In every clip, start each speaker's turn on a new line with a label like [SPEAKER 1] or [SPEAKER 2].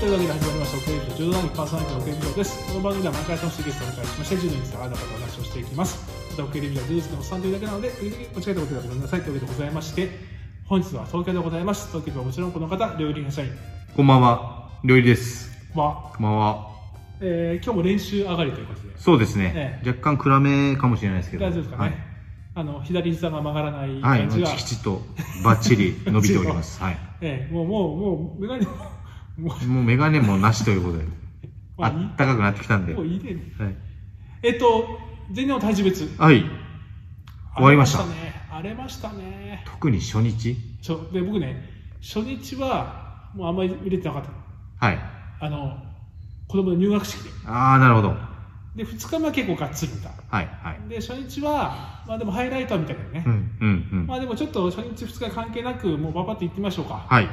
[SPEAKER 1] というわけで始まりました、奥行き柔道団パーソナリティの奥行きです。この番組では毎回楽しいゲストをお迎えしまして、柔道についてあなたとお話をしていきます。また、奥行きは柔術のおっさんというだけなので、時々間違えたことはごめんなさいというわけでございまして、本日は東京でございます。東京ではもちろんこの方、料理の社員
[SPEAKER 2] こんばんは、料理です。
[SPEAKER 1] は、
[SPEAKER 2] こんばんは。
[SPEAKER 1] えー、今日も練習上がりということで、
[SPEAKER 2] そうですね。若干暗めかもしれないですけど。
[SPEAKER 1] 大丈夫ですかね。あの左膝が曲がらない
[SPEAKER 2] は
[SPEAKER 1] 感
[SPEAKER 2] い。は
[SPEAKER 1] じ
[SPEAKER 2] い、
[SPEAKER 1] が、
[SPEAKER 2] きちっとバッチリ伸びております。はい。
[SPEAKER 1] ええもう、もう、もう、眼鏡も、も
[SPEAKER 2] もうメガネもなしということで、
[SPEAKER 1] う、
[SPEAKER 2] あ
[SPEAKER 1] ま
[SPEAKER 2] ったかくなってきたん
[SPEAKER 1] あい
[SPEAKER 2] で。
[SPEAKER 1] い、
[SPEAKER 2] は
[SPEAKER 1] もう
[SPEAKER 2] い。
[SPEAKER 1] いいで、えっと、前年の体重別。
[SPEAKER 2] はい。終わりました
[SPEAKER 1] 荒れましたね。荒れましたね。
[SPEAKER 2] 特に初日
[SPEAKER 1] ちょで僕ね、初日はもうあんまり見れてなかっ
[SPEAKER 2] はい。
[SPEAKER 1] た。あの、子供の入学式
[SPEAKER 2] あー、なるほど。は
[SPEAKER 1] で。で、2日目は結構がっつり見た。
[SPEAKER 2] い、はい。
[SPEAKER 1] で、初日は、まあでもハイライトは見たけどね
[SPEAKER 2] う。ん、うん、う
[SPEAKER 1] ま
[SPEAKER 2] ん。
[SPEAKER 1] あでもちょっと初日2日関係なく、もうパパっていってみましょうか。
[SPEAKER 2] はい。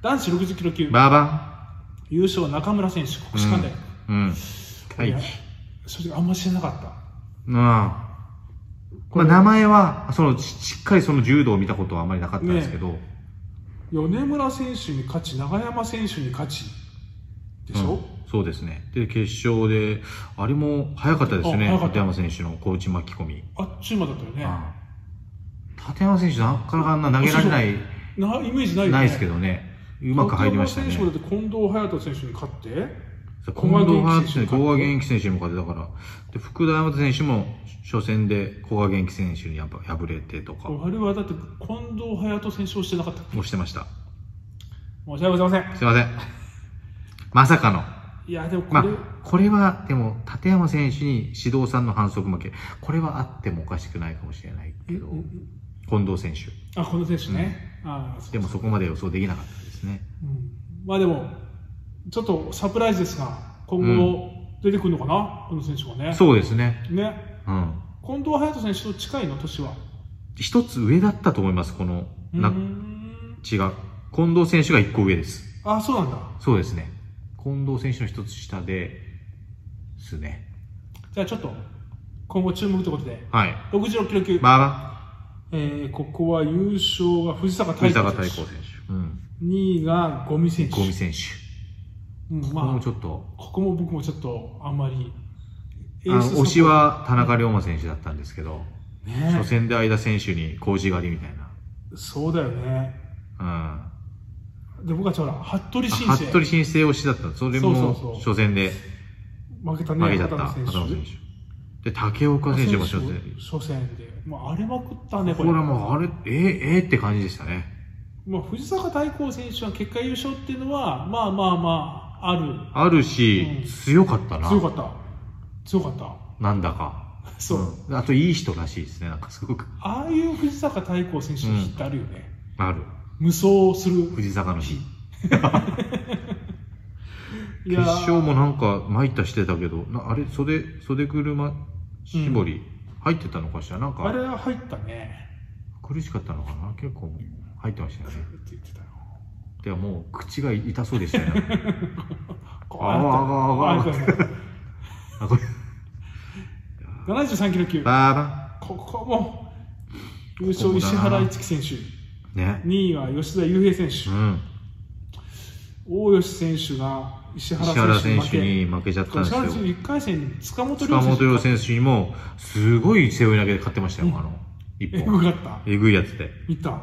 [SPEAKER 1] 男子60キロ級、
[SPEAKER 2] バーバ
[SPEAKER 1] 優勝中村選手、国士舘大学。
[SPEAKER 2] ン。うん。はい。
[SPEAKER 1] いうや
[SPEAKER 2] ん。
[SPEAKER 1] 正直あんま知らなかった。
[SPEAKER 2] まあ、名前は、その、ししっかりその柔道を見たことはあまりなかったんですけど、
[SPEAKER 1] 米村選手に勝ち、長山選手に勝ち。でしょ、
[SPEAKER 2] うんそうですね。で、決勝で、あれも早かったです
[SPEAKER 1] あ
[SPEAKER 2] ね
[SPEAKER 1] 早。かった
[SPEAKER 2] 立山選手の小内巻き込み。
[SPEAKER 1] あっちゅう間だったよね。
[SPEAKER 2] ああ立山選手、なかなかあんな投げられない、
[SPEAKER 1] なイメージないよね。
[SPEAKER 2] ないですけどね。うまく入りましたね。
[SPEAKER 1] 東京の選手もだって近藤隼人選手に勝って、
[SPEAKER 2] 近
[SPEAKER 1] 古賀
[SPEAKER 2] 藤隼
[SPEAKER 1] 元気選
[SPEAKER 2] 人選
[SPEAKER 1] 手
[SPEAKER 2] 手、古賀元気選手にも勝てたから。で、福田山選手も初戦で古賀元気選手にやっぱ敗れてとか、
[SPEAKER 1] あれはだって近藤隼人選手をしてなかったっけ
[SPEAKER 2] もしてました。
[SPEAKER 1] 申し訳ございません。
[SPEAKER 2] すいません。まさかの。
[SPEAKER 1] いや、でもこ
[SPEAKER 2] ま
[SPEAKER 1] れ、
[SPEAKER 2] あ、これは、でも、立山選手に指導さんの反則負け。これはあってもおかしくないかもしれないけど、近藤選手。
[SPEAKER 1] あ、この選手ね。あそう
[SPEAKER 2] でもそこまで予想できなかったですね。
[SPEAKER 1] うんまあでも、ちょっとサプライズですが、今後出てくるのかな、この選手がね。
[SPEAKER 2] そうですね。
[SPEAKER 1] ね。
[SPEAKER 2] うん。
[SPEAKER 1] 近藤隼人選手と近いの、年は。
[SPEAKER 2] 一つ上だったと思います、この、
[SPEAKER 1] う
[SPEAKER 2] な、
[SPEAKER 1] ん。
[SPEAKER 2] 違う。近藤選手が一個上です。
[SPEAKER 1] あ、そうなんだ。
[SPEAKER 2] そうですね。近藤選手の一つ下で、ですね。
[SPEAKER 1] じゃあちょっと、今後注目ということで、
[SPEAKER 2] はい。
[SPEAKER 1] 66キロ級。
[SPEAKER 2] バーバ
[SPEAKER 1] えー、ここは優勝が藤坂
[SPEAKER 2] ー、
[SPEAKER 1] 大
[SPEAKER 2] 藤
[SPEAKER 1] 輝
[SPEAKER 2] 坂大
[SPEAKER 1] 選
[SPEAKER 2] 光選手。うん。
[SPEAKER 1] 手。2位が五味選手。
[SPEAKER 2] ゴミ選手。
[SPEAKER 1] うん、
[SPEAKER 2] ここ
[SPEAKER 1] ま
[SPEAKER 2] も
[SPEAKER 1] あ、
[SPEAKER 2] ちょっと、
[SPEAKER 1] ここも僕もちょっとあんまり。
[SPEAKER 2] あの、
[SPEAKER 1] エースサポー
[SPEAKER 2] 推しは田中龍馬選手だったんですけど、
[SPEAKER 1] ね
[SPEAKER 2] 初戦で相田選手に工事狩りみたい
[SPEAKER 1] そうだよね。
[SPEAKER 2] な。
[SPEAKER 1] で、僕はちょっとほら、服部
[SPEAKER 2] うん。
[SPEAKER 1] 新
[SPEAKER 2] あ
[SPEAKER 1] 生
[SPEAKER 2] 服部新生推しだった。それ
[SPEAKER 1] そう
[SPEAKER 2] も
[SPEAKER 1] そうそう
[SPEAKER 2] 初戦で
[SPEAKER 1] 負けたね、
[SPEAKER 2] 負けちゃった、
[SPEAKER 1] 片
[SPEAKER 2] 畑
[SPEAKER 1] 野
[SPEAKER 2] 野
[SPEAKER 1] 選
[SPEAKER 2] 選
[SPEAKER 1] 手。
[SPEAKER 2] 手。で、竹岡選手も初戦。
[SPEAKER 1] 初戦で。まあ、荒れまくったね、
[SPEAKER 2] こ
[SPEAKER 1] こ
[SPEAKER 2] れ
[SPEAKER 1] れ。
[SPEAKER 2] はもう、あれ、えー、えーって感じでしたね。
[SPEAKER 1] まあ、藤坂大光選手は結果優勝っていうのは、まあまあまあ、ある。
[SPEAKER 2] あるし、
[SPEAKER 1] うん
[SPEAKER 2] 強かったな。
[SPEAKER 1] 強かった。強かった。
[SPEAKER 2] なんだか。
[SPEAKER 1] そう。
[SPEAKER 2] うんあと、いい人らしいですね。なんかすごく。
[SPEAKER 1] ああいう藤坂大光選手の日ってあるよね。
[SPEAKER 2] ある。
[SPEAKER 1] 無双する。
[SPEAKER 2] 藤坂の日。
[SPEAKER 1] い
[SPEAKER 2] 決
[SPEAKER 1] やー
[SPEAKER 2] 勝もなんか、参ったしてたけど、なあれ、袖、袖車絞り、入ってたのかしらなん
[SPEAKER 1] あれ
[SPEAKER 2] か、
[SPEAKER 1] は入ったね。
[SPEAKER 2] 苦しかったのかな結構、入ってましたよね。
[SPEAKER 1] って言ってたよ。
[SPEAKER 2] でももう、口が痛そうでしたよ ね。
[SPEAKER 1] こう
[SPEAKER 2] あわあわあわ
[SPEAKER 1] あなたね
[SPEAKER 2] あこれ
[SPEAKER 1] 73キロ級。
[SPEAKER 2] バーバ
[SPEAKER 1] ここも、優勝石原一樹選手。
[SPEAKER 2] ン。ね。
[SPEAKER 1] 2位は吉田悠平選
[SPEAKER 2] う
[SPEAKER 1] 手。
[SPEAKER 2] ん。
[SPEAKER 1] 大吉選手が石
[SPEAKER 2] 石
[SPEAKER 1] 原
[SPEAKER 2] 原
[SPEAKER 1] 選
[SPEAKER 2] 選
[SPEAKER 1] 手
[SPEAKER 2] 手
[SPEAKER 1] に負
[SPEAKER 2] に負けちゃっ
[SPEAKER 1] け。
[SPEAKER 2] たんで
[SPEAKER 1] 石
[SPEAKER 2] す
[SPEAKER 1] 原選
[SPEAKER 2] よ。
[SPEAKER 1] 手1回戦に塚本
[SPEAKER 2] 塚本
[SPEAKER 1] 亮
[SPEAKER 2] 涼
[SPEAKER 1] 選手。
[SPEAKER 2] 選手にも、すごい背負い投げで勝ってましたよ、あの、一
[SPEAKER 1] え
[SPEAKER 2] 本。
[SPEAKER 1] ぐかった。
[SPEAKER 2] えぐいやつで。
[SPEAKER 1] 見た。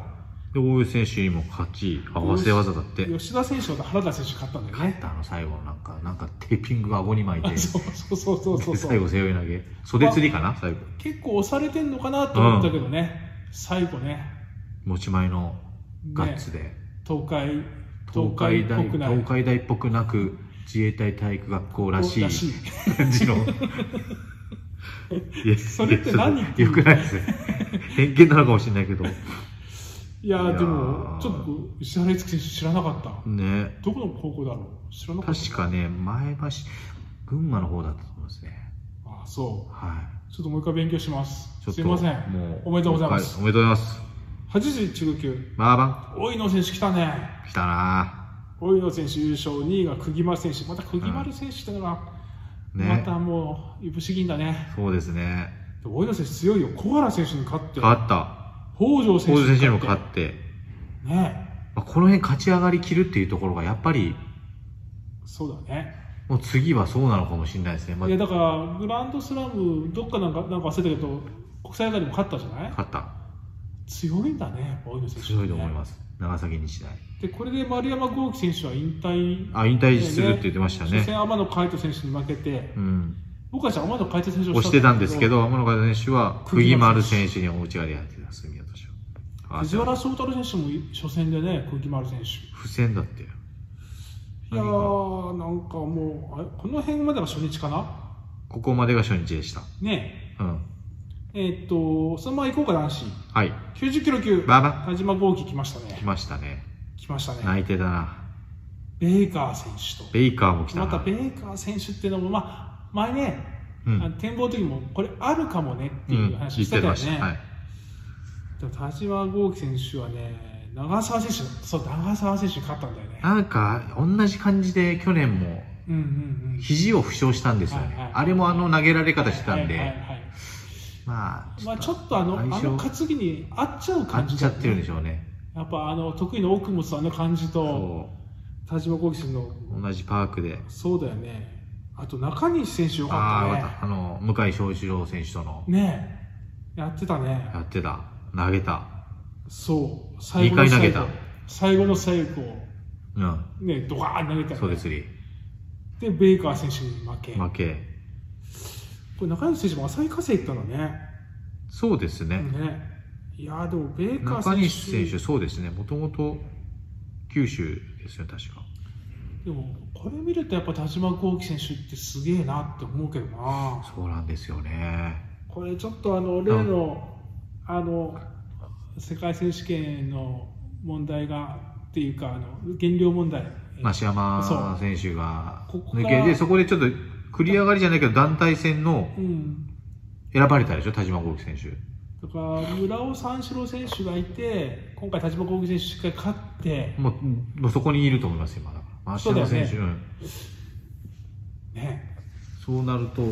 [SPEAKER 2] で、大吉選手にも勝ち、合わせ技だって。
[SPEAKER 1] 吉田選手と原田選手勝ったんだよ
[SPEAKER 2] 帰っ
[SPEAKER 1] ね。
[SPEAKER 2] たの最後、なんか、なんかテーピング顎に巻いて、
[SPEAKER 1] そうそうそうそうそ
[SPEAKER 2] 最
[SPEAKER 1] う。
[SPEAKER 2] 後背負い投げ。袖釣りかな最後。
[SPEAKER 1] 結構押されてんのかなと思ったけどね。最後ね。
[SPEAKER 2] 持ち前のガッ
[SPEAKER 1] ね
[SPEAKER 2] ツで。
[SPEAKER 1] 東海、
[SPEAKER 2] 東海大、
[SPEAKER 1] 国内
[SPEAKER 2] 東海大っぽくなく、自衛隊体育学校らしい
[SPEAKER 1] らしい
[SPEAKER 2] 感じの。い や
[SPEAKER 1] それって何
[SPEAKER 2] いやちょとよくない ですね。偏見なのかもしれないけど。
[SPEAKER 1] いや
[SPEAKER 2] いや
[SPEAKER 1] ー
[SPEAKER 2] ー
[SPEAKER 1] でも、ちょっと石原悦樹選手知らなかった。
[SPEAKER 2] ね。
[SPEAKER 1] どこの高校だろう知らなかった。
[SPEAKER 2] 確かね、前橋、群馬の方だったと思いますね。
[SPEAKER 1] あ、そ
[SPEAKER 2] は
[SPEAKER 1] う。ちょっともう一回勉強します
[SPEAKER 2] い。ちょ。っと
[SPEAKER 1] すいません。
[SPEAKER 2] もう。
[SPEAKER 1] おめでとうございます
[SPEAKER 2] はおめでとうございます。
[SPEAKER 1] 81級。
[SPEAKER 2] バーバ
[SPEAKER 1] 大井野選手来たね。
[SPEAKER 2] ン、来たな
[SPEAKER 1] 大井野選手優勝、2位が釘丸選手。また釘丸選手ってのが、
[SPEAKER 2] うんね
[SPEAKER 1] またもう、いぶし銀だね。
[SPEAKER 2] そうですね。
[SPEAKER 1] で大井野選手強いよ。小原選手に勝って、
[SPEAKER 2] 勝った。
[SPEAKER 1] 北条選
[SPEAKER 2] 小
[SPEAKER 1] 手
[SPEAKER 2] 津選手にも勝
[SPEAKER 1] 勝っ
[SPEAKER 2] って、
[SPEAKER 1] て。ね
[SPEAKER 2] まあ、この辺勝ち上がりきるっていうところがやっぱり
[SPEAKER 1] そうだね。
[SPEAKER 2] もう次はそうなのかもしれないですね。まあ
[SPEAKER 1] いや、だから、グランドスラム、どっかなんか、なんか忘れたけど、国際大会でも勝ったじゃない
[SPEAKER 2] 勝った。
[SPEAKER 1] 強いんだね、やっぱ、大野選手、
[SPEAKER 2] 強いと思います。長崎日大。
[SPEAKER 1] す。で、これで丸山豪樹選手は引退、
[SPEAKER 2] あ、引退するって言ってました
[SPEAKER 1] 初
[SPEAKER 2] ね。
[SPEAKER 1] 戦、天野海斗選手に負けて、
[SPEAKER 2] うん。
[SPEAKER 1] 僕はじゃあ天野海斗選手を
[SPEAKER 2] 押してたんですけ
[SPEAKER 1] ど、
[SPEAKER 2] ど、天野川選手は、釘丸選手にお家がでやってた、隅田投手を。あ
[SPEAKER 1] 藤原翔太郎選手も初戦でね、釘丸選手。
[SPEAKER 2] 不戦だって。
[SPEAKER 1] いやー、なんかもう、あれこの辺までが初日かな
[SPEAKER 2] ここまでが初日でした。
[SPEAKER 1] ね
[SPEAKER 2] うん。
[SPEAKER 1] え、えーっと、そのまま行こうか、男子。
[SPEAKER 2] はい。
[SPEAKER 1] 90キロ級、
[SPEAKER 2] ババ
[SPEAKER 1] 田島豪樹来ました
[SPEAKER 2] 来
[SPEAKER 1] ね。
[SPEAKER 2] ましたね。
[SPEAKER 1] 来ましたね。
[SPEAKER 2] 内定だな。
[SPEAKER 1] ベーカー選手と。
[SPEAKER 2] ベイカーも来た
[SPEAKER 1] また
[SPEAKER 2] な
[SPEAKER 1] ベ。ーカー選手っていうのも、まあ、前ね、
[SPEAKER 2] うん
[SPEAKER 1] あの展望の時も、これあるかもねって
[SPEAKER 2] う
[SPEAKER 1] い
[SPEAKER 2] ん
[SPEAKER 1] う。話を
[SPEAKER 2] 言っ
[SPEAKER 1] して
[SPEAKER 2] て
[SPEAKER 1] たよ
[SPEAKER 2] ました。は
[SPEAKER 1] ね。
[SPEAKER 2] い。
[SPEAKER 1] でも田島豪樹選手はね、長澤選手、そう、長澤選手に勝ったんだよね。
[SPEAKER 2] なんか、同じ感じで去年も、
[SPEAKER 1] うんうん
[SPEAKER 2] 肘を負傷したんですよ
[SPEAKER 1] はいは
[SPEAKER 2] ね
[SPEAKER 1] い。
[SPEAKER 2] あれもあの投げられ
[SPEAKER 1] うん。
[SPEAKER 2] 方してたん
[SPEAKER 1] はいはい
[SPEAKER 2] で、
[SPEAKER 1] はい
[SPEAKER 2] まあ、
[SPEAKER 1] まあ、ちょっとあのあ
[SPEAKER 2] 相性
[SPEAKER 1] の担ぎに合っちゃう
[SPEAKER 2] 買
[SPEAKER 1] 感
[SPEAKER 2] っ
[SPEAKER 1] じ
[SPEAKER 2] ちゃ
[SPEAKER 1] だ
[SPEAKER 2] っ
[SPEAKER 1] よね
[SPEAKER 2] てるんでしょうね。
[SPEAKER 1] やっぱあの得意の奥本あの感じと
[SPEAKER 2] そ
[SPEAKER 1] 田島幸喜選手の
[SPEAKER 2] う。同じパークで。
[SPEAKER 1] そうだよねあと中西選手よ
[SPEAKER 2] ああ、
[SPEAKER 1] かっ
[SPEAKER 2] わかったあの、向井翔一郎選手との
[SPEAKER 1] たねねえやってたね
[SPEAKER 2] やってた。投げた。
[SPEAKER 1] そう
[SPEAKER 2] 二回投げた
[SPEAKER 1] 最後の最後を
[SPEAKER 2] うん。
[SPEAKER 1] ねドカーン投げたよね
[SPEAKER 2] そうですり。
[SPEAKER 1] でベイカー選手に負け
[SPEAKER 2] 負け。
[SPEAKER 1] これ中西選手も浅い火星行ったのね
[SPEAKER 2] そうですね。
[SPEAKER 1] ねいやーでもベイカー
[SPEAKER 2] 中
[SPEAKER 1] 選手
[SPEAKER 2] 西選手、そうですね。もともと九州ですよ、確か。
[SPEAKER 1] でもこれ見るとやっぱ田島幸喜選手ってすげえなって思うけどな
[SPEAKER 2] そうなんですよね。
[SPEAKER 1] これちょっとあの例のあの世界選手権の問題がっていうかあの減量問題
[SPEAKER 2] 増
[SPEAKER 1] そう
[SPEAKER 2] 山選手が
[SPEAKER 1] ここが
[SPEAKER 2] 抜けで、そこでちょっと繰り上がりじゃないけど、団体戦の
[SPEAKER 1] うん
[SPEAKER 2] 選ばれたでしょ、田島幸喜選手。
[SPEAKER 1] だから村尾三四郎選手がいて今回田島幸喜選手しっかり勝って
[SPEAKER 2] もう、もうそこにいると思いますよ、今だから。
[SPEAKER 1] そ
[SPEAKER 2] 増
[SPEAKER 1] うだよ
[SPEAKER 2] 山
[SPEAKER 1] ね
[SPEAKER 2] 選手。うん
[SPEAKER 1] ね
[SPEAKER 2] そうなると、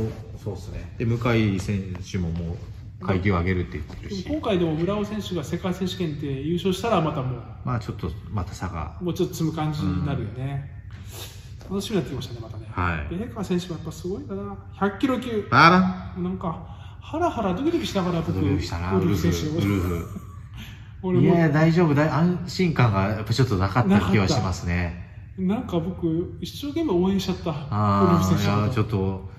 [SPEAKER 2] そうですね。で、向井選手ももう階級を上げるって言って
[SPEAKER 1] で
[SPEAKER 2] る
[SPEAKER 1] も
[SPEAKER 2] し、
[SPEAKER 1] 今回でも村尾選手が世界選手権って優勝したらまたも
[SPEAKER 2] まあちょっとまた差が
[SPEAKER 1] う、もうちょっと積む感じになるよね、楽しみになってきましたねまたね、
[SPEAKER 2] はい
[SPEAKER 1] ベーカー選手もやっぱすごいんだな100キロ級
[SPEAKER 2] バーバン
[SPEAKER 1] なんかハラハラドキドキしながら僕
[SPEAKER 2] ドキドキしたな、
[SPEAKER 1] ウ
[SPEAKER 2] ウ
[SPEAKER 1] ル
[SPEAKER 2] ル
[SPEAKER 1] フ
[SPEAKER 2] フ。
[SPEAKER 1] 選手
[SPEAKER 2] ウルフ。
[SPEAKER 1] 俺
[SPEAKER 2] い
[SPEAKER 1] も
[SPEAKER 2] や、大丈夫だい。安心感がやっぱちょっとなかった気はしますね。
[SPEAKER 1] なんか僕、一生懸命応援しちゃった、
[SPEAKER 2] あ
[SPEAKER 1] ウルフ
[SPEAKER 2] あ、いや、
[SPEAKER 1] 選
[SPEAKER 2] ちょっと、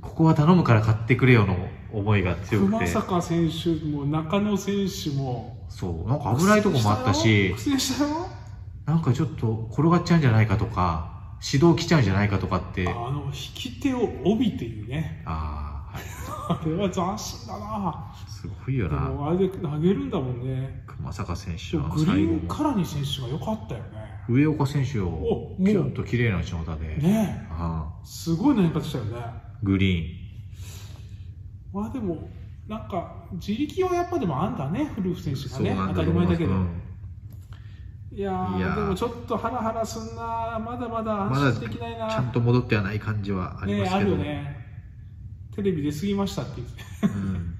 [SPEAKER 2] ここは頼むから買ってくれよの思いが
[SPEAKER 1] 手
[SPEAKER 2] 強
[SPEAKER 1] も、
[SPEAKER 2] く
[SPEAKER 1] 熊
[SPEAKER 2] て。
[SPEAKER 1] 坂選手も中野選手も、
[SPEAKER 2] そう。なんか危ないとこもあったし
[SPEAKER 1] 苦、戦したよ、
[SPEAKER 2] なんかちょっと転がっちゃうんじゃないかとか、指導来ちゃうんじゃないかとかって、あ
[SPEAKER 1] あの引き手を帯っていうね、
[SPEAKER 2] あー、はい
[SPEAKER 1] あれは斬新だな、
[SPEAKER 2] すごいよ
[SPEAKER 1] で
[SPEAKER 2] な。
[SPEAKER 1] もあれで投げるんだもんね、
[SPEAKER 2] 熊坂選
[SPEAKER 1] で
[SPEAKER 2] 手
[SPEAKER 1] も
[SPEAKER 2] は
[SPEAKER 1] グリ
[SPEAKER 2] 最後
[SPEAKER 1] ーン
[SPEAKER 2] も。
[SPEAKER 1] カラニ選手が良かったよね、
[SPEAKER 2] 上岡選手を
[SPEAKER 1] おもう
[SPEAKER 2] ピョンと綺麗な内股で、
[SPEAKER 1] ね
[SPEAKER 2] あ
[SPEAKER 1] えすごい投げ方したよね、
[SPEAKER 2] あグリ
[SPEAKER 1] まあでも、なんか、自力はやっぱでもあんだね、フルーフ選手
[SPEAKER 2] ーン、
[SPEAKER 1] がね、当たり前だけど。
[SPEAKER 2] うん
[SPEAKER 1] いやー
[SPEAKER 2] いやー
[SPEAKER 1] でもちょっとハラハラすんなまだまだ
[SPEAKER 2] ま
[SPEAKER 1] 安
[SPEAKER 2] だ
[SPEAKER 1] 心できないな
[SPEAKER 2] ちゃんと戻ってはない感じはあり
[SPEAKER 1] ね
[SPEAKER 2] ます
[SPEAKER 1] あ
[SPEAKER 2] け
[SPEAKER 1] る
[SPEAKER 2] ど、
[SPEAKER 1] よねテレビ出過ぎました って言って
[SPEAKER 2] うん、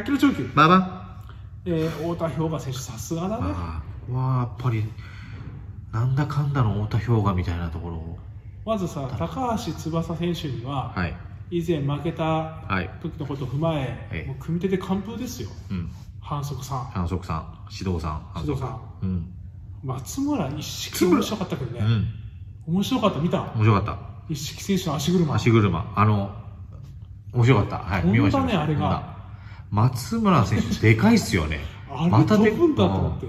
[SPEAKER 1] 100キロ超級、
[SPEAKER 2] まあま
[SPEAKER 1] えー、太田氷河選手さすがだ
[SPEAKER 2] あ、
[SPEAKER 1] ね
[SPEAKER 2] まあ、はやっぱり、なんだかんだの太田氷河みたいなところを、
[SPEAKER 1] まずさ高橋翼選手には
[SPEAKER 2] はい、
[SPEAKER 1] 以前負けた
[SPEAKER 2] はい、
[SPEAKER 1] 時のことを踏まえ、
[SPEAKER 2] はい
[SPEAKER 1] もう組み手で完封ですよ
[SPEAKER 2] うん、
[SPEAKER 1] 反則さん
[SPEAKER 2] 反則さん、指導さん、反
[SPEAKER 1] 須藤
[SPEAKER 2] 則
[SPEAKER 1] さん
[SPEAKER 2] うん、
[SPEAKER 1] 松村一式面白かったけど
[SPEAKER 2] う
[SPEAKER 1] ね、
[SPEAKER 2] ん、
[SPEAKER 1] 面白かった見た
[SPEAKER 2] 面白か
[SPEAKER 1] 一式選手の足
[SPEAKER 2] った、
[SPEAKER 1] 車
[SPEAKER 2] 足車、あの、面白かった、はい、
[SPEAKER 1] 飛んだね
[SPEAKER 2] 見ました、見ました
[SPEAKER 1] あれが
[SPEAKER 2] 飛んだ松村選手、でかいっすよ ね。
[SPEAKER 1] あれ
[SPEAKER 2] また
[SPEAKER 1] 飛
[SPEAKER 2] で
[SPEAKER 1] ぶんだと思って、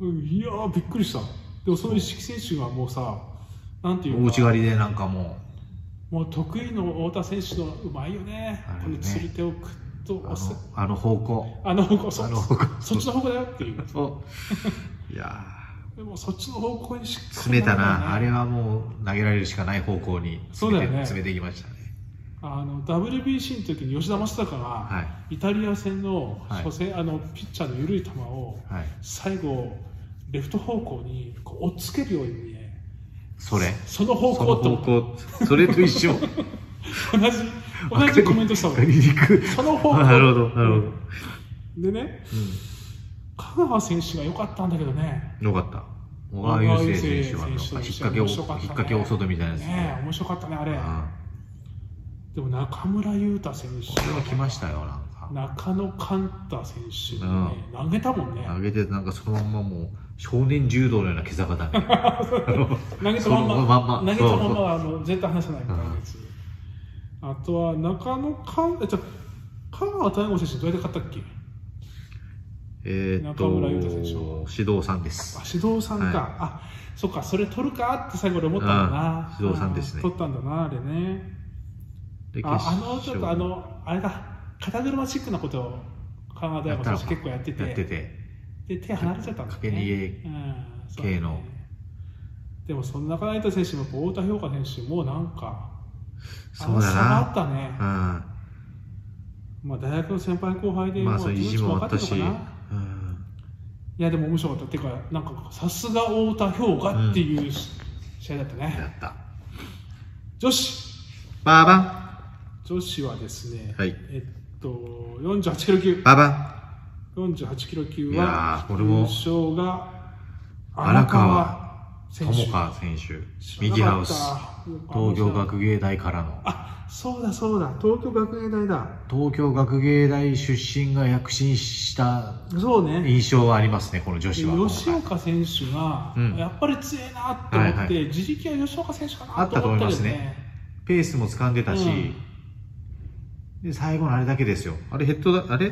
[SPEAKER 1] うんいやーびっくりしたでもその一色選手がもうさなんてい
[SPEAKER 2] 大
[SPEAKER 1] う
[SPEAKER 2] 内
[SPEAKER 1] か
[SPEAKER 2] 刈りでなんかも
[SPEAKER 1] もう得意の太田選手のうまいよね
[SPEAKER 2] あ
[SPEAKER 1] こ
[SPEAKER 2] れね
[SPEAKER 1] の釣り手をくっと
[SPEAKER 2] うあの
[SPEAKER 1] 押す
[SPEAKER 2] あの方向
[SPEAKER 1] あの方向そ
[SPEAKER 2] あの方向
[SPEAKER 1] そっちの方向だよっていう
[SPEAKER 2] そう いや
[SPEAKER 1] でもそっちの方向にしっか
[SPEAKER 2] ー
[SPEAKER 1] り
[SPEAKER 2] 詰めたなあ
[SPEAKER 1] 投げ
[SPEAKER 2] れ
[SPEAKER 1] るね
[SPEAKER 2] はもう投げられるしかない方向に
[SPEAKER 1] そう
[SPEAKER 2] 詰
[SPEAKER 1] だ
[SPEAKER 2] め
[SPEAKER 1] よ
[SPEAKER 2] て,、
[SPEAKER 1] ね
[SPEAKER 2] 詰めていきましたね
[SPEAKER 1] あの WBC の時に吉田正尚が、
[SPEAKER 2] はい
[SPEAKER 1] イタリア戦の
[SPEAKER 2] はい
[SPEAKER 1] 初戦、あのピッチャーの緩い球を
[SPEAKER 2] はい
[SPEAKER 1] 最後レフト方向にこう追っつけるようにね
[SPEAKER 2] それ
[SPEAKER 1] その方
[SPEAKER 2] そ
[SPEAKER 1] 向
[SPEAKER 2] の
[SPEAKER 1] って
[SPEAKER 2] 方向それと 一緒
[SPEAKER 1] 同じ同じコメントした
[SPEAKER 2] わか
[SPEAKER 1] 俺
[SPEAKER 2] りにくい
[SPEAKER 1] その方向
[SPEAKER 2] なるほどなるほど、
[SPEAKER 1] でね香川選手が良かったんだけどね
[SPEAKER 2] うん、よかっ小川雄生選手はなんか引っ掛けを、引っ掛け大外みたいなやつで、
[SPEAKER 1] ねえ面白かったね、あれ
[SPEAKER 2] う。ん
[SPEAKER 1] でも中村優太選
[SPEAKER 2] これは
[SPEAKER 1] 手、
[SPEAKER 2] 来ましたよ、なんか。
[SPEAKER 1] 中野寛太選手、ね投げたもんね。
[SPEAKER 2] 投げてなんかそのままもう少年柔道のような毛 坂だねあの
[SPEAKER 1] 投げたまん
[SPEAKER 2] その
[SPEAKER 1] ま、
[SPEAKER 2] まんま
[SPEAKER 1] 投げたまんまあの絶対離さないみたいなやつ。あとは中野寛、えちょ香川大悟選手どうやって勝ったっけ？
[SPEAKER 2] えーっ
[SPEAKER 1] 中村優太選手
[SPEAKER 2] と指導さんです
[SPEAKER 1] あ指導さんか、
[SPEAKER 2] はい
[SPEAKER 1] あそっかそれ取るかって最後で思ったんだな、
[SPEAKER 2] うん指導さんですね
[SPEAKER 1] あ取ったんだなあれね
[SPEAKER 2] で
[SPEAKER 1] あ
[SPEAKER 2] 決
[SPEAKER 1] あ
[SPEAKER 2] 勝
[SPEAKER 1] のちょっとあのあれだ肩車チックなことを香川大
[SPEAKER 2] やっ
[SPEAKER 1] 悟
[SPEAKER 2] た
[SPEAKER 1] 選手
[SPEAKER 2] のか
[SPEAKER 1] 結構やってて
[SPEAKER 2] やってて
[SPEAKER 1] で手離れちゃったんだ、ね、
[SPEAKER 2] 駆け逃げ
[SPEAKER 1] うんそうだね
[SPEAKER 2] 系の
[SPEAKER 1] でもその中成田選手もこう太田氷華選手もなんかあ
[SPEAKER 2] そ
[SPEAKER 1] の
[SPEAKER 2] う
[SPEAKER 1] 差
[SPEAKER 2] だ
[SPEAKER 1] があ
[SPEAKER 2] な
[SPEAKER 1] ったね、まあ、大学の先輩後輩
[SPEAKER 2] う
[SPEAKER 1] で
[SPEAKER 2] んまあその
[SPEAKER 1] う
[SPEAKER 2] い
[SPEAKER 1] 自
[SPEAKER 2] じ
[SPEAKER 1] 分
[SPEAKER 2] も
[SPEAKER 1] も
[SPEAKER 2] あ
[SPEAKER 1] 分か
[SPEAKER 2] った
[SPEAKER 1] って
[SPEAKER 2] し
[SPEAKER 1] る
[SPEAKER 2] う
[SPEAKER 1] のかなんいやでも面白かったっていうかなんかさすが太田氷華っていうし試合だったね、
[SPEAKER 2] やった
[SPEAKER 1] 女子
[SPEAKER 2] バーバン
[SPEAKER 1] 女子はですね、
[SPEAKER 2] はい
[SPEAKER 1] えっと、48キロ級、
[SPEAKER 2] バーバン
[SPEAKER 1] 48キロ級
[SPEAKER 2] い
[SPEAKER 1] は
[SPEAKER 2] や、ーこれも
[SPEAKER 1] 優勝が
[SPEAKER 2] 荒
[SPEAKER 1] 荒
[SPEAKER 2] 川
[SPEAKER 1] 川選手
[SPEAKER 2] 友。川選手
[SPEAKER 1] 知
[SPEAKER 2] 右
[SPEAKER 1] らな
[SPEAKER 2] ハ
[SPEAKER 1] かっ
[SPEAKER 2] ウス
[SPEAKER 1] た
[SPEAKER 2] 東京学芸大からの
[SPEAKER 1] あそうだそうだ、東京学芸大だ。
[SPEAKER 2] 東京学芸大出身が躍進した
[SPEAKER 1] そうね、
[SPEAKER 2] 印象はありますねこの女子は
[SPEAKER 1] 吉岡選手が、
[SPEAKER 2] うん
[SPEAKER 1] やっぱり強いなって思って、
[SPEAKER 2] はいは
[SPEAKER 1] 自力は吉岡選手か
[SPEAKER 2] あ
[SPEAKER 1] な
[SPEAKER 2] っ
[SPEAKER 1] と
[SPEAKER 2] たと
[SPEAKER 1] 思
[SPEAKER 2] 思
[SPEAKER 1] っ
[SPEAKER 2] い
[SPEAKER 1] た
[SPEAKER 2] ま
[SPEAKER 1] けど
[SPEAKER 2] すね
[SPEAKER 1] ね。
[SPEAKER 2] ペースも掴んでたし、
[SPEAKER 1] うん
[SPEAKER 2] で最後のあれだけですよあれヘッドだあれ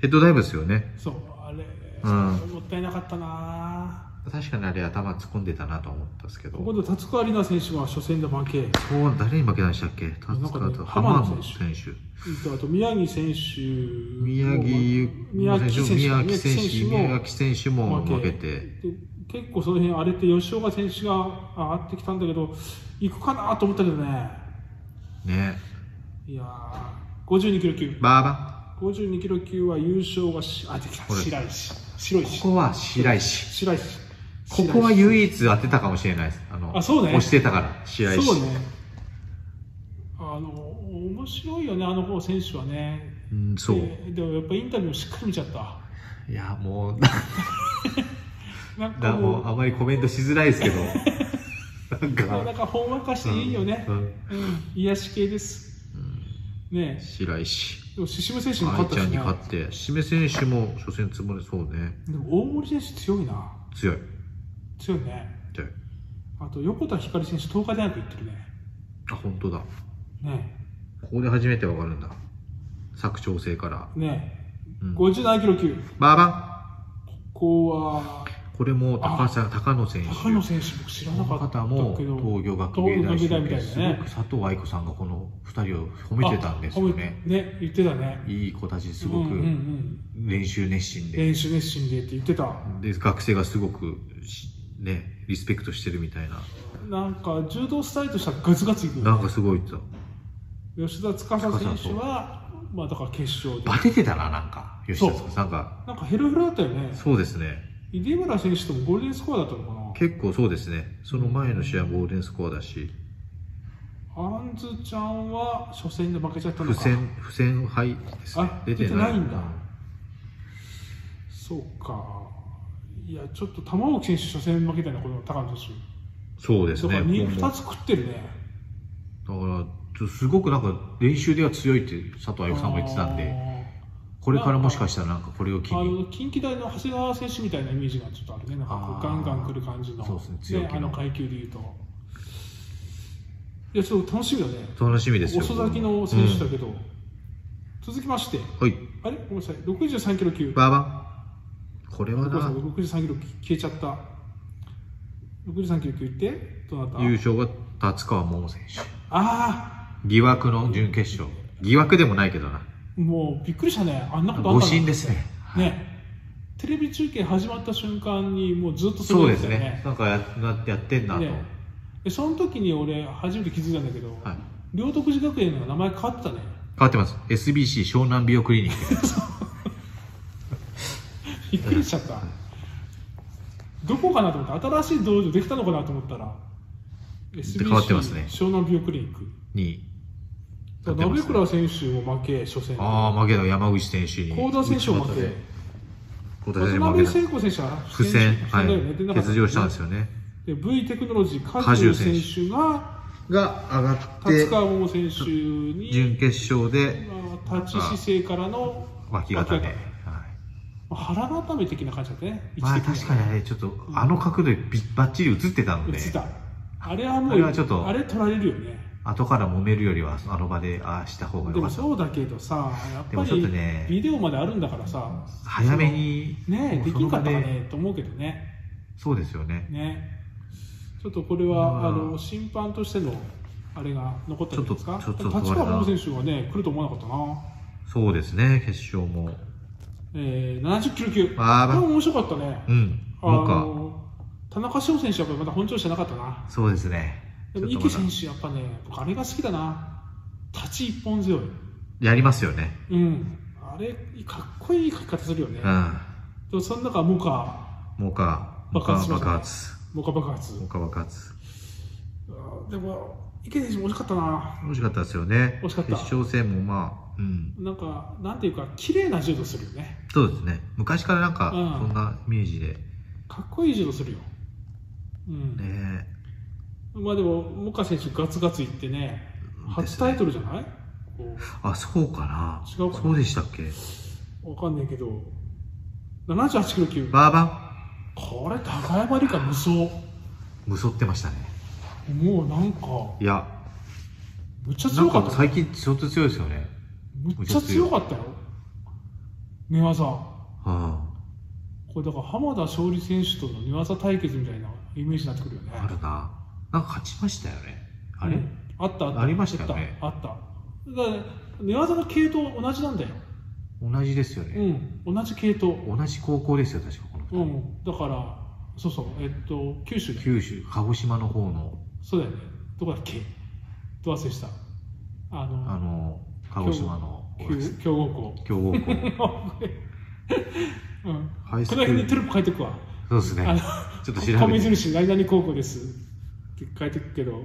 [SPEAKER 2] ヘッドダイブですよね
[SPEAKER 1] そう、あれ、
[SPEAKER 2] うん
[SPEAKER 1] もったいなかったな。
[SPEAKER 2] 確かにあれ頭突っ込んでたなと思ったんですけど
[SPEAKER 1] 今度、達川里奈選手が初戦で負け。
[SPEAKER 2] そう誰に負けたんでしたっけタ
[SPEAKER 1] ん
[SPEAKER 2] ツ
[SPEAKER 1] かね
[SPEAKER 2] カと
[SPEAKER 1] 浜
[SPEAKER 2] 浜
[SPEAKER 1] 野
[SPEAKER 2] 野
[SPEAKER 1] 選
[SPEAKER 2] 選手
[SPEAKER 1] えっとあと宮城選手
[SPEAKER 2] 宮城
[SPEAKER 1] 宮
[SPEAKER 2] 宮
[SPEAKER 1] 城
[SPEAKER 2] 城
[SPEAKER 1] 選手
[SPEAKER 2] 選手宮
[SPEAKER 1] 宮
[SPEAKER 2] 城選手
[SPEAKER 1] 城
[SPEAKER 2] も
[SPEAKER 1] も
[SPEAKER 2] 負けて
[SPEAKER 1] で結構その辺荒れて吉岡選手が上がってきたんだけど行くかなと思ったけどね
[SPEAKER 2] ね
[SPEAKER 1] いやー52キロ級
[SPEAKER 2] バーバ
[SPEAKER 1] 52キロ級は優勝がしあできた
[SPEAKER 2] これ
[SPEAKER 1] 白石白石
[SPEAKER 2] ここは白石
[SPEAKER 1] 白石
[SPEAKER 2] ここは
[SPEAKER 1] 白
[SPEAKER 2] 唯一当てたかもしれないですあの
[SPEAKER 1] あそうね
[SPEAKER 2] 押してたから白
[SPEAKER 1] 石
[SPEAKER 2] 石
[SPEAKER 1] そうねあの面白いよねあの方選手はね
[SPEAKER 2] うんそう
[SPEAKER 1] ででもやっぱインタビューもしっかり見ちゃった
[SPEAKER 2] いやもう
[SPEAKER 1] なんか
[SPEAKER 2] だ
[SPEAKER 1] も
[SPEAKER 2] も
[SPEAKER 1] う
[SPEAKER 2] うあまりコメントしづらい ですけどなん
[SPEAKER 1] そうな
[SPEAKER 2] か
[SPEAKER 1] んかほんわかしていいよね、
[SPEAKER 2] うん
[SPEAKER 1] うん、癒し系です。ね
[SPEAKER 2] 白石
[SPEAKER 1] え、でも獅子選手に勝
[SPEAKER 2] 愛
[SPEAKER 1] った
[SPEAKER 2] ちゃ
[SPEAKER 1] し
[SPEAKER 2] んに
[SPEAKER 1] ね。
[SPEAKER 2] 勝ってしめ選手も初戦つもりそうね
[SPEAKER 1] でも大森選手強いな。
[SPEAKER 2] 強い
[SPEAKER 1] 強いね。
[SPEAKER 2] 強い
[SPEAKER 1] あと横田光選手、東海大学行ってるね。
[SPEAKER 2] あ本当だ
[SPEAKER 1] ね
[SPEAKER 2] ここで初めてわかるんだ佐久長聖から
[SPEAKER 1] え、ねえ、
[SPEAKER 2] うん
[SPEAKER 1] 57キロ級。
[SPEAKER 2] バーバ
[SPEAKER 1] ここは、
[SPEAKER 2] ンこれも高さ高野選手
[SPEAKER 1] 高野選手も知ら
[SPEAKER 2] こ
[SPEAKER 1] な
[SPEAKER 2] の
[SPEAKER 1] かったけど、
[SPEAKER 2] 方も東京学芸大
[SPEAKER 1] 東京学
[SPEAKER 2] 出
[SPEAKER 1] みたい
[SPEAKER 2] 身
[SPEAKER 1] な
[SPEAKER 2] すご
[SPEAKER 1] ね
[SPEAKER 2] く。佐藤愛子さんがこの2人を褒めてたんですよね
[SPEAKER 1] あ。褒めね、言ってたね。
[SPEAKER 2] いい子たちすご
[SPEAKER 1] うんうんう
[SPEAKER 2] く
[SPEAKER 1] ん、
[SPEAKER 2] 練習熱心で
[SPEAKER 1] 練習熱心でって言ってた。
[SPEAKER 2] で学生がすごくしねリスペクトしてるみたいな
[SPEAKER 1] なんか柔道スタイルとしてはガツガツいくよね
[SPEAKER 2] なんかすごいってた
[SPEAKER 1] 吉田司選手は、まあだから決勝で。
[SPEAKER 2] バテてたななんか吉田
[SPEAKER 1] そ
[SPEAKER 2] さんなんか
[SPEAKER 1] なんかヘロヘロだったよね。
[SPEAKER 2] そうですね
[SPEAKER 1] 出村選手ともゴールデンスコアだったのかな。
[SPEAKER 2] 結構そうですねその前の試合もゴールデンスコアだし
[SPEAKER 1] アンズちゃんは初戦で負けちゃったの
[SPEAKER 2] 不
[SPEAKER 1] か。
[SPEAKER 2] 戦不戦敗ですね
[SPEAKER 1] あ
[SPEAKER 2] 出てない
[SPEAKER 1] 出てないんだそうか。いや、ちょっと玉置選手初戦負けたよね、この高野選
[SPEAKER 2] そうで
[SPEAKER 1] 手。
[SPEAKER 2] す
[SPEAKER 1] だか
[SPEAKER 2] ね
[SPEAKER 1] ら
[SPEAKER 2] こ
[SPEAKER 1] 2,
[SPEAKER 2] こも
[SPEAKER 1] つ食ってるね。
[SPEAKER 2] だからちょすごくなんか練習では強いって佐藤愛子さんも言ってたんでこれからもしかしたらなんかこれを
[SPEAKER 1] あ
[SPEAKER 2] 機
[SPEAKER 1] ーあ
[SPEAKER 2] に
[SPEAKER 1] の近畿大の長谷川選手みたいなイメージがちょっとあるね、なんかこう
[SPEAKER 2] あ
[SPEAKER 1] ガン
[SPEAKER 2] ー
[SPEAKER 1] ガン来る感じの、
[SPEAKER 2] そうですね強気の
[SPEAKER 1] あの階級でいうと。いや、ちょっと楽しみだね、
[SPEAKER 2] 楽しみですよ
[SPEAKER 1] 遅咲きの選手だ
[SPEAKER 2] うん
[SPEAKER 1] けど、続きまして、
[SPEAKER 2] はい
[SPEAKER 1] あれ、ごめんなさい、63キロ級、
[SPEAKER 2] バーバンこれは
[SPEAKER 1] ごめんなさい
[SPEAKER 2] な
[SPEAKER 1] 63キロ消えちゃった。63キロ級いって、どなた
[SPEAKER 2] 優勝が達川桃選手
[SPEAKER 1] あ
[SPEAKER 2] 疑惑の準決勝疑惑でもないけどな
[SPEAKER 1] あ、もうびっくりしたね、あんなことあ
[SPEAKER 2] 誤
[SPEAKER 1] ったの
[SPEAKER 2] 審ですね
[SPEAKER 1] ね。テレビ中継始まった瞬間に、もうずっと
[SPEAKER 2] そう
[SPEAKER 1] い
[SPEAKER 2] で
[SPEAKER 1] ん
[SPEAKER 2] す
[SPEAKER 1] だよ
[SPEAKER 2] ね。なんかやなやってんなと、
[SPEAKER 1] ねでその時に俺、初めて気づいたんだけど、
[SPEAKER 2] はい
[SPEAKER 1] 両徳寺学園の名前変わってたね。
[SPEAKER 2] 変わってます SBC 湘南美容クリニック
[SPEAKER 1] びっくりしちゃった。どこかなと思って、新しい道場できたのかなと思ったら、SBC
[SPEAKER 2] 変わってますね
[SPEAKER 1] 湘南美容クリニック。
[SPEAKER 2] に
[SPEAKER 1] だから鍋倉選手も負け、初戦。
[SPEAKER 2] ああ負けた山口選手に
[SPEAKER 1] 幸田選手も負け
[SPEAKER 2] 打ち勝ったね今
[SPEAKER 1] 渡
[SPEAKER 2] 年で負け
[SPEAKER 1] 辺
[SPEAKER 2] な
[SPEAKER 1] 聖
[SPEAKER 2] い。
[SPEAKER 1] 子選手は
[SPEAKER 2] 不戦、
[SPEAKER 1] 不
[SPEAKER 2] は
[SPEAKER 1] 戦
[SPEAKER 2] い
[SPEAKER 1] だよねでな。んか
[SPEAKER 2] 欠場したんですよね。
[SPEAKER 1] で V テクノロジー加
[SPEAKER 2] 加
[SPEAKER 1] 重
[SPEAKER 2] 重
[SPEAKER 1] 選
[SPEAKER 2] 選
[SPEAKER 1] 手
[SPEAKER 2] 手
[SPEAKER 1] が
[SPEAKER 2] が上がって
[SPEAKER 1] 達、川桃選手に
[SPEAKER 2] 準決勝で
[SPEAKER 1] まあ立ち姿勢からの
[SPEAKER 2] 脇固め。
[SPEAKER 1] ま
[SPEAKER 2] はい
[SPEAKER 1] あ腹固め的な感じだったね
[SPEAKER 2] まあ
[SPEAKER 1] 位置
[SPEAKER 2] 確
[SPEAKER 1] 的
[SPEAKER 2] かにあれ、ちょっと、あの角度でびバッチリ映ってたの
[SPEAKER 1] に
[SPEAKER 2] で
[SPEAKER 1] 映、ったあれはもう
[SPEAKER 2] あれはちょっと
[SPEAKER 1] あれ取られるよね
[SPEAKER 2] 後から揉めるよりは、あの場で、ああした方が
[SPEAKER 1] で
[SPEAKER 2] 良か
[SPEAKER 1] も
[SPEAKER 2] った。
[SPEAKER 1] そうだけどさやっ
[SPEAKER 2] で
[SPEAKER 1] ぱ
[SPEAKER 2] もちょっと
[SPEAKER 1] り
[SPEAKER 2] ね
[SPEAKER 1] ビデオまであるんだからさ
[SPEAKER 2] 早めに、
[SPEAKER 1] ね
[SPEAKER 2] もう
[SPEAKER 1] で
[SPEAKER 2] そ
[SPEAKER 1] きん
[SPEAKER 2] の
[SPEAKER 1] かっ
[SPEAKER 2] 場
[SPEAKER 1] た
[SPEAKER 2] で
[SPEAKER 1] かねと思うけどね
[SPEAKER 2] そうですよね。
[SPEAKER 1] ねちょっとこれはあ
[SPEAKER 2] うん
[SPEAKER 1] の審判としてのあれが残ったんじゃないですか
[SPEAKER 2] ちょっとちょっと
[SPEAKER 1] 立川桃選手はね来ると思わなかったな
[SPEAKER 2] そうですね、決勝も。
[SPEAKER 1] えー、70キロ級、これ
[SPEAKER 2] あー
[SPEAKER 1] も面白かったね、
[SPEAKER 2] うん、
[SPEAKER 1] あ
[SPEAKER 2] なんか、
[SPEAKER 1] の田中翔選手はやっぱりまだ本調子じゃなかったな、
[SPEAKER 2] そうですね。
[SPEAKER 1] でも
[SPEAKER 2] ちょっ
[SPEAKER 1] 池
[SPEAKER 2] とま
[SPEAKER 1] 選手、やっぱね、僕、あれが好きだな、立ち一本強い、
[SPEAKER 2] だやりますよね。
[SPEAKER 1] うん、あれ、かっこいい書き方するよね、
[SPEAKER 2] うん。
[SPEAKER 1] でもその中、モカ、
[SPEAKER 2] もうか、もう
[SPEAKER 1] 爆
[SPEAKER 2] か
[SPEAKER 1] 発しました
[SPEAKER 2] 爆発。
[SPEAKER 1] モカ爆発
[SPEAKER 2] も、うか爆発。
[SPEAKER 1] あーでも池選手も惜しかったな、
[SPEAKER 2] 惜しかったですよね。
[SPEAKER 1] 惜しかった
[SPEAKER 2] 決勝戦もまあ、うん。
[SPEAKER 1] なんか、なんていうか、綺麗な柔道するよね、
[SPEAKER 2] そうですね。昔からなんか、
[SPEAKER 1] うん
[SPEAKER 2] そんなイメージで。ね
[SPEAKER 1] かっこいい柔道するよ、うん、まあでも、モカ選手、ガツガツいってね、
[SPEAKER 2] で
[SPEAKER 1] 初
[SPEAKER 2] すね
[SPEAKER 1] タイトルじゃない、こう
[SPEAKER 2] あ、そうかな。
[SPEAKER 1] 違うかな
[SPEAKER 2] そうでしたっけ
[SPEAKER 1] わかんないけど、78キロ級、
[SPEAKER 2] バーバ
[SPEAKER 1] これ、高山理香無双、
[SPEAKER 2] ン、むそってましたね。
[SPEAKER 1] もうなんか、
[SPEAKER 2] いや、
[SPEAKER 1] むっちゃ
[SPEAKER 2] な
[SPEAKER 1] 強
[SPEAKER 2] ん
[SPEAKER 1] か
[SPEAKER 2] か
[SPEAKER 1] ったよ、
[SPEAKER 2] 最近、ちょっと強いですよね。
[SPEAKER 1] むっちゃ強かったよ、寝技、こ
[SPEAKER 2] う
[SPEAKER 1] れ
[SPEAKER 2] ん。
[SPEAKER 1] だから浜田勝利選手との寝技対決みたいなイメージになってくるよね。
[SPEAKER 2] あるな。なんか勝ちましたよね。あれ、
[SPEAKER 1] うんあったあった、
[SPEAKER 2] ありましたよね
[SPEAKER 1] あった、あっただから寝技の系統同じなんだよ、
[SPEAKER 2] 同じですよね。
[SPEAKER 1] うん、同じ系統、
[SPEAKER 2] 同じ高校ですよ、確かこの
[SPEAKER 1] う
[SPEAKER 2] 二人。
[SPEAKER 1] ん、だから、そうそう、えっと、九州だよ
[SPEAKER 2] 九州、鹿児島の方の、
[SPEAKER 1] そうだよね、どこだっけ、ど忘れした。あの
[SPEAKER 2] あの、鹿児島の、
[SPEAKER 1] 強強豪校。
[SPEAKER 2] 強豪校。
[SPEAKER 1] うん、
[SPEAKER 2] ハイス
[SPEAKER 1] この
[SPEAKER 2] クー
[SPEAKER 1] 辺で
[SPEAKER 2] ル。
[SPEAKER 1] テロップ書いてくわ。
[SPEAKER 2] そうです
[SPEAKER 1] あの
[SPEAKER 2] ね。ちょっと調
[SPEAKER 1] 米
[SPEAKER 2] べて。
[SPEAKER 1] 印、何々高校ですって書いてくけど、い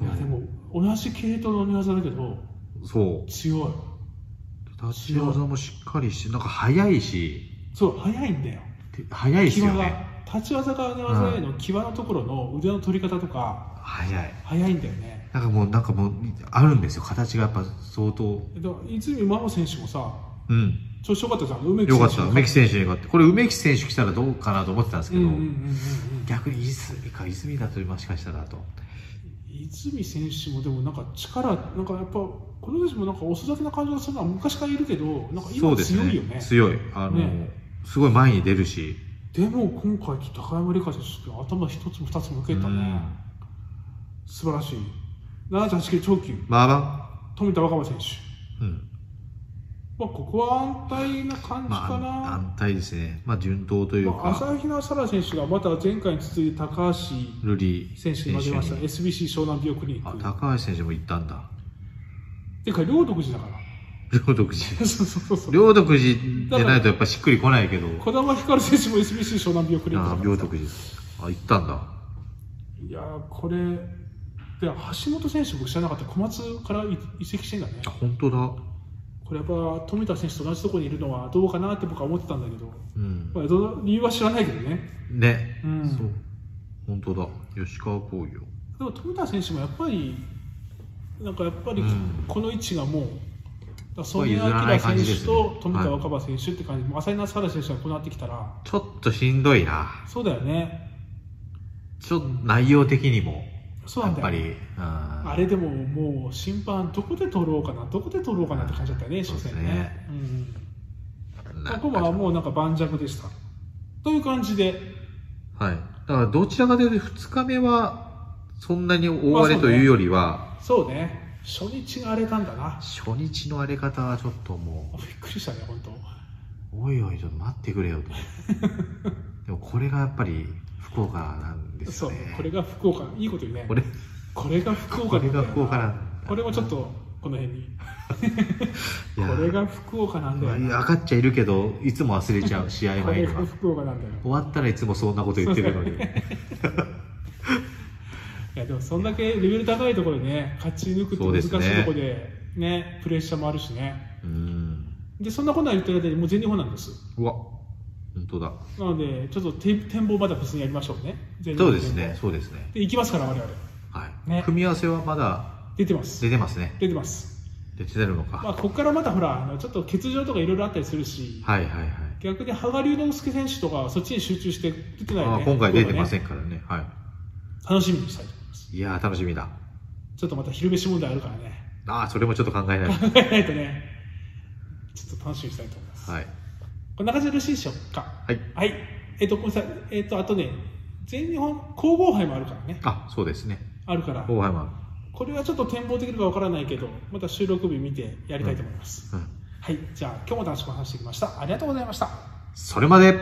[SPEAKER 2] そ
[SPEAKER 1] やで
[SPEAKER 2] う。
[SPEAKER 1] も、同じ系統の寝技だけど、
[SPEAKER 2] そう。
[SPEAKER 1] 強い。
[SPEAKER 2] 立ち技もしっかりして、なんか速いし、
[SPEAKER 1] そう、速いんだよ。
[SPEAKER 2] て速いですよ
[SPEAKER 1] 際
[SPEAKER 2] ね。
[SPEAKER 1] が。立ち技から寝技への際のところの腕の取り方とか、
[SPEAKER 2] 速い。
[SPEAKER 1] 速いんだよね。
[SPEAKER 2] なんかもう、なんかもう、あるんですよ。形がやっぱ相当。
[SPEAKER 1] えっと泉真帆選手もさ、
[SPEAKER 2] うん。
[SPEAKER 1] 調子よかったじゃん、梅木
[SPEAKER 2] よ
[SPEAKER 1] 選
[SPEAKER 2] か
[SPEAKER 1] 手
[SPEAKER 2] った。梅木選手に勝って。これ梅木選手来たらどうかなと思ってたんですけ
[SPEAKER 1] うん
[SPEAKER 2] ど、
[SPEAKER 1] うんうんうんうん。
[SPEAKER 2] 逆に泉か、泉だともしかしたらと。
[SPEAKER 1] 泉選手もでもなんか力、なんかやっぱ、この選手もなんかお育てな感じがするのは昔からいるけど、なんか
[SPEAKER 2] そ
[SPEAKER 1] 今
[SPEAKER 2] うです
[SPEAKER 1] 強いよね。
[SPEAKER 2] 強い。あの、
[SPEAKER 1] ね
[SPEAKER 2] すごい前に出るし。
[SPEAKER 1] でも今回、高山理香選手って頭一つも二つも抜けたね、素晴らしい、78キロ超級、
[SPEAKER 2] マーバ
[SPEAKER 1] 富田若葉選手、
[SPEAKER 2] ンうん。
[SPEAKER 1] まあ、ここは安泰な感じ
[SPEAKER 2] ま
[SPEAKER 1] かな、
[SPEAKER 2] あ、安泰ですね。まあ、順当という
[SPEAKER 1] まあ、
[SPEAKER 2] か、
[SPEAKER 1] 朝比奈沙羅選手がまた前回に続いて高橋
[SPEAKER 2] ルリー
[SPEAKER 1] 選手に負けました、
[SPEAKER 2] 選手に
[SPEAKER 1] SBC 湘南美容クリニ
[SPEAKER 2] あ、
[SPEAKER 1] ック、
[SPEAKER 2] 高橋選手も行ったんだ。
[SPEAKER 1] てか、両独自だから、
[SPEAKER 2] 両独自。
[SPEAKER 1] そうそうそう、
[SPEAKER 2] 両独自でないとやっぱしっくりこないけど、
[SPEAKER 1] 児玉ひかる選手も SBC 湘南美容クリニックだ
[SPEAKER 2] あ
[SPEAKER 1] から
[SPEAKER 2] 両独自。あ、行ったんだ。
[SPEAKER 1] いやー、これ、で橋本選手、僕知らなかった、小松から移移籍してんだね
[SPEAKER 2] あ、。本当だ。
[SPEAKER 1] これやっぱ富田選手と同じところにいるのはどうかなって僕は思ってたんだけど、
[SPEAKER 2] うん。
[SPEAKER 1] まあ、どの理由は知らないけどね、
[SPEAKER 2] ね。
[SPEAKER 1] うん
[SPEAKER 2] そう。本当だ。吉川工業。
[SPEAKER 1] でも富田選手もやっぱり、なんかやっぱり
[SPEAKER 2] うん
[SPEAKER 1] この位置がもう、だから曽根
[SPEAKER 2] 譲らない
[SPEAKER 1] 明
[SPEAKER 2] 感じ
[SPEAKER 1] 選
[SPEAKER 2] で
[SPEAKER 1] 手
[SPEAKER 2] すね
[SPEAKER 1] と富田若葉選手って感じ、で浅井夏原選手がこうなってきたら、
[SPEAKER 2] ちょっとしんどいな。
[SPEAKER 1] そうだよね、
[SPEAKER 2] ちょっと内容的にも、
[SPEAKER 1] そう
[SPEAKER 2] や
[SPEAKER 1] なん
[SPEAKER 2] っ
[SPEAKER 1] だ
[SPEAKER 2] ぱ
[SPEAKER 1] よ、
[SPEAKER 2] り、あ
[SPEAKER 1] あれでももう審判、どこで取ろうかな、どこで取ろうかなって感じだったよね、
[SPEAKER 2] そう
[SPEAKER 1] 初
[SPEAKER 2] です
[SPEAKER 1] 戦
[SPEAKER 2] ね
[SPEAKER 1] ね。うん
[SPEAKER 2] なん
[SPEAKER 1] ここはもうなんか盤石でした。という感じで、
[SPEAKER 2] はい。だからどちらかというと2日目はそんなに大荒れというよりは、
[SPEAKER 1] そうね、初日が荒れたんだな。
[SPEAKER 2] 初日の荒れ方はちょっとも
[SPEAKER 1] びっくりしたね、本当。
[SPEAKER 2] う、おいおいちょっと待ってくれ よと。でもこれがやっぱり福岡なんです
[SPEAKER 1] そう
[SPEAKER 2] よね。、
[SPEAKER 1] これが福岡、いいこと言うね
[SPEAKER 2] こ。れ、
[SPEAKER 1] これが福
[SPEAKER 2] こ
[SPEAKER 1] 岡
[SPEAKER 2] れ
[SPEAKER 1] なんだよ
[SPEAKER 2] が
[SPEAKER 1] な
[SPEAKER 2] 福岡なんだ。
[SPEAKER 1] これもちょっと、この辺に。
[SPEAKER 2] いや
[SPEAKER 1] これが福岡なんだよ
[SPEAKER 2] 分
[SPEAKER 1] な。
[SPEAKER 2] かっちゃいるけど、いつも忘れ ちゃう、試合
[SPEAKER 1] これ
[SPEAKER 2] 前に
[SPEAKER 1] が
[SPEAKER 2] は。
[SPEAKER 1] 福岡なんだよ。
[SPEAKER 2] 終わったらいつもそんなこと言って るのに。
[SPEAKER 1] いや、でも、そんだけレベル高いところでね、勝ち抜くって
[SPEAKER 2] そう
[SPEAKER 1] 難
[SPEAKER 2] で
[SPEAKER 1] しい
[SPEAKER 2] す
[SPEAKER 1] と
[SPEAKER 2] ね
[SPEAKER 1] ころで、ね、プレッシャーもあるしね。
[SPEAKER 2] うん。
[SPEAKER 1] で、そんなことは言ってる間に、もう全日本なんです。
[SPEAKER 2] うわ、当だ。
[SPEAKER 1] なので、ちょっとて展望まだ普通にやりましょうね。全日
[SPEAKER 2] そ
[SPEAKER 1] 本
[SPEAKER 2] うですね、そうですね。
[SPEAKER 1] で、行きますから、我々。
[SPEAKER 2] はい。
[SPEAKER 1] ね
[SPEAKER 2] 組み合わせはまだ
[SPEAKER 1] 出てます。
[SPEAKER 2] 出てますね。
[SPEAKER 1] 出てます。
[SPEAKER 2] 出てる
[SPEAKER 1] ま
[SPEAKER 2] のか。
[SPEAKER 1] あ、ここからまたほら、あのちょっと欠場とかいろいろあったりするし、
[SPEAKER 2] はいはいはい。
[SPEAKER 1] 逆に羽賀龍之介選手とかはそっちに集中して出てないよ
[SPEAKER 2] まあ
[SPEAKER 1] ね。
[SPEAKER 2] 今回出てませ
[SPEAKER 1] ん。
[SPEAKER 2] んからね。は
[SPEAKER 1] 楽しみにしたいと思います。
[SPEAKER 2] い。いやー、楽しみだ。
[SPEAKER 1] ちょっとまた昼飯問題あるからね。
[SPEAKER 2] ああ、それもちょっと考えない。
[SPEAKER 1] 考えないとね、ちょっと楽しみにしたいと思います。
[SPEAKER 2] はい。
[SPEAKER 1] こんな感じでよろしいでしょうか。
[SPEAKER 2] はい。
[SPEAKER 1] はい。えっ、と、ごめんなさい。えっ、と、あとね、全日本皇后杯もあるからね。
[SPEAKER 2] あ、そうですね。
[SPEAKER 1] あるから、
[SPEAKER 2] 後輩もある。
[SPEAKER 1] これはちょっと展望できるかわからないけど、また収録日見てやりたいと思います。
[SPEAKER 2] うん。
[SPEAKER 1] はい。じゃあ、今日も楽しくお話してきました。ありがとうございました。
[SPEAKER 2] それまで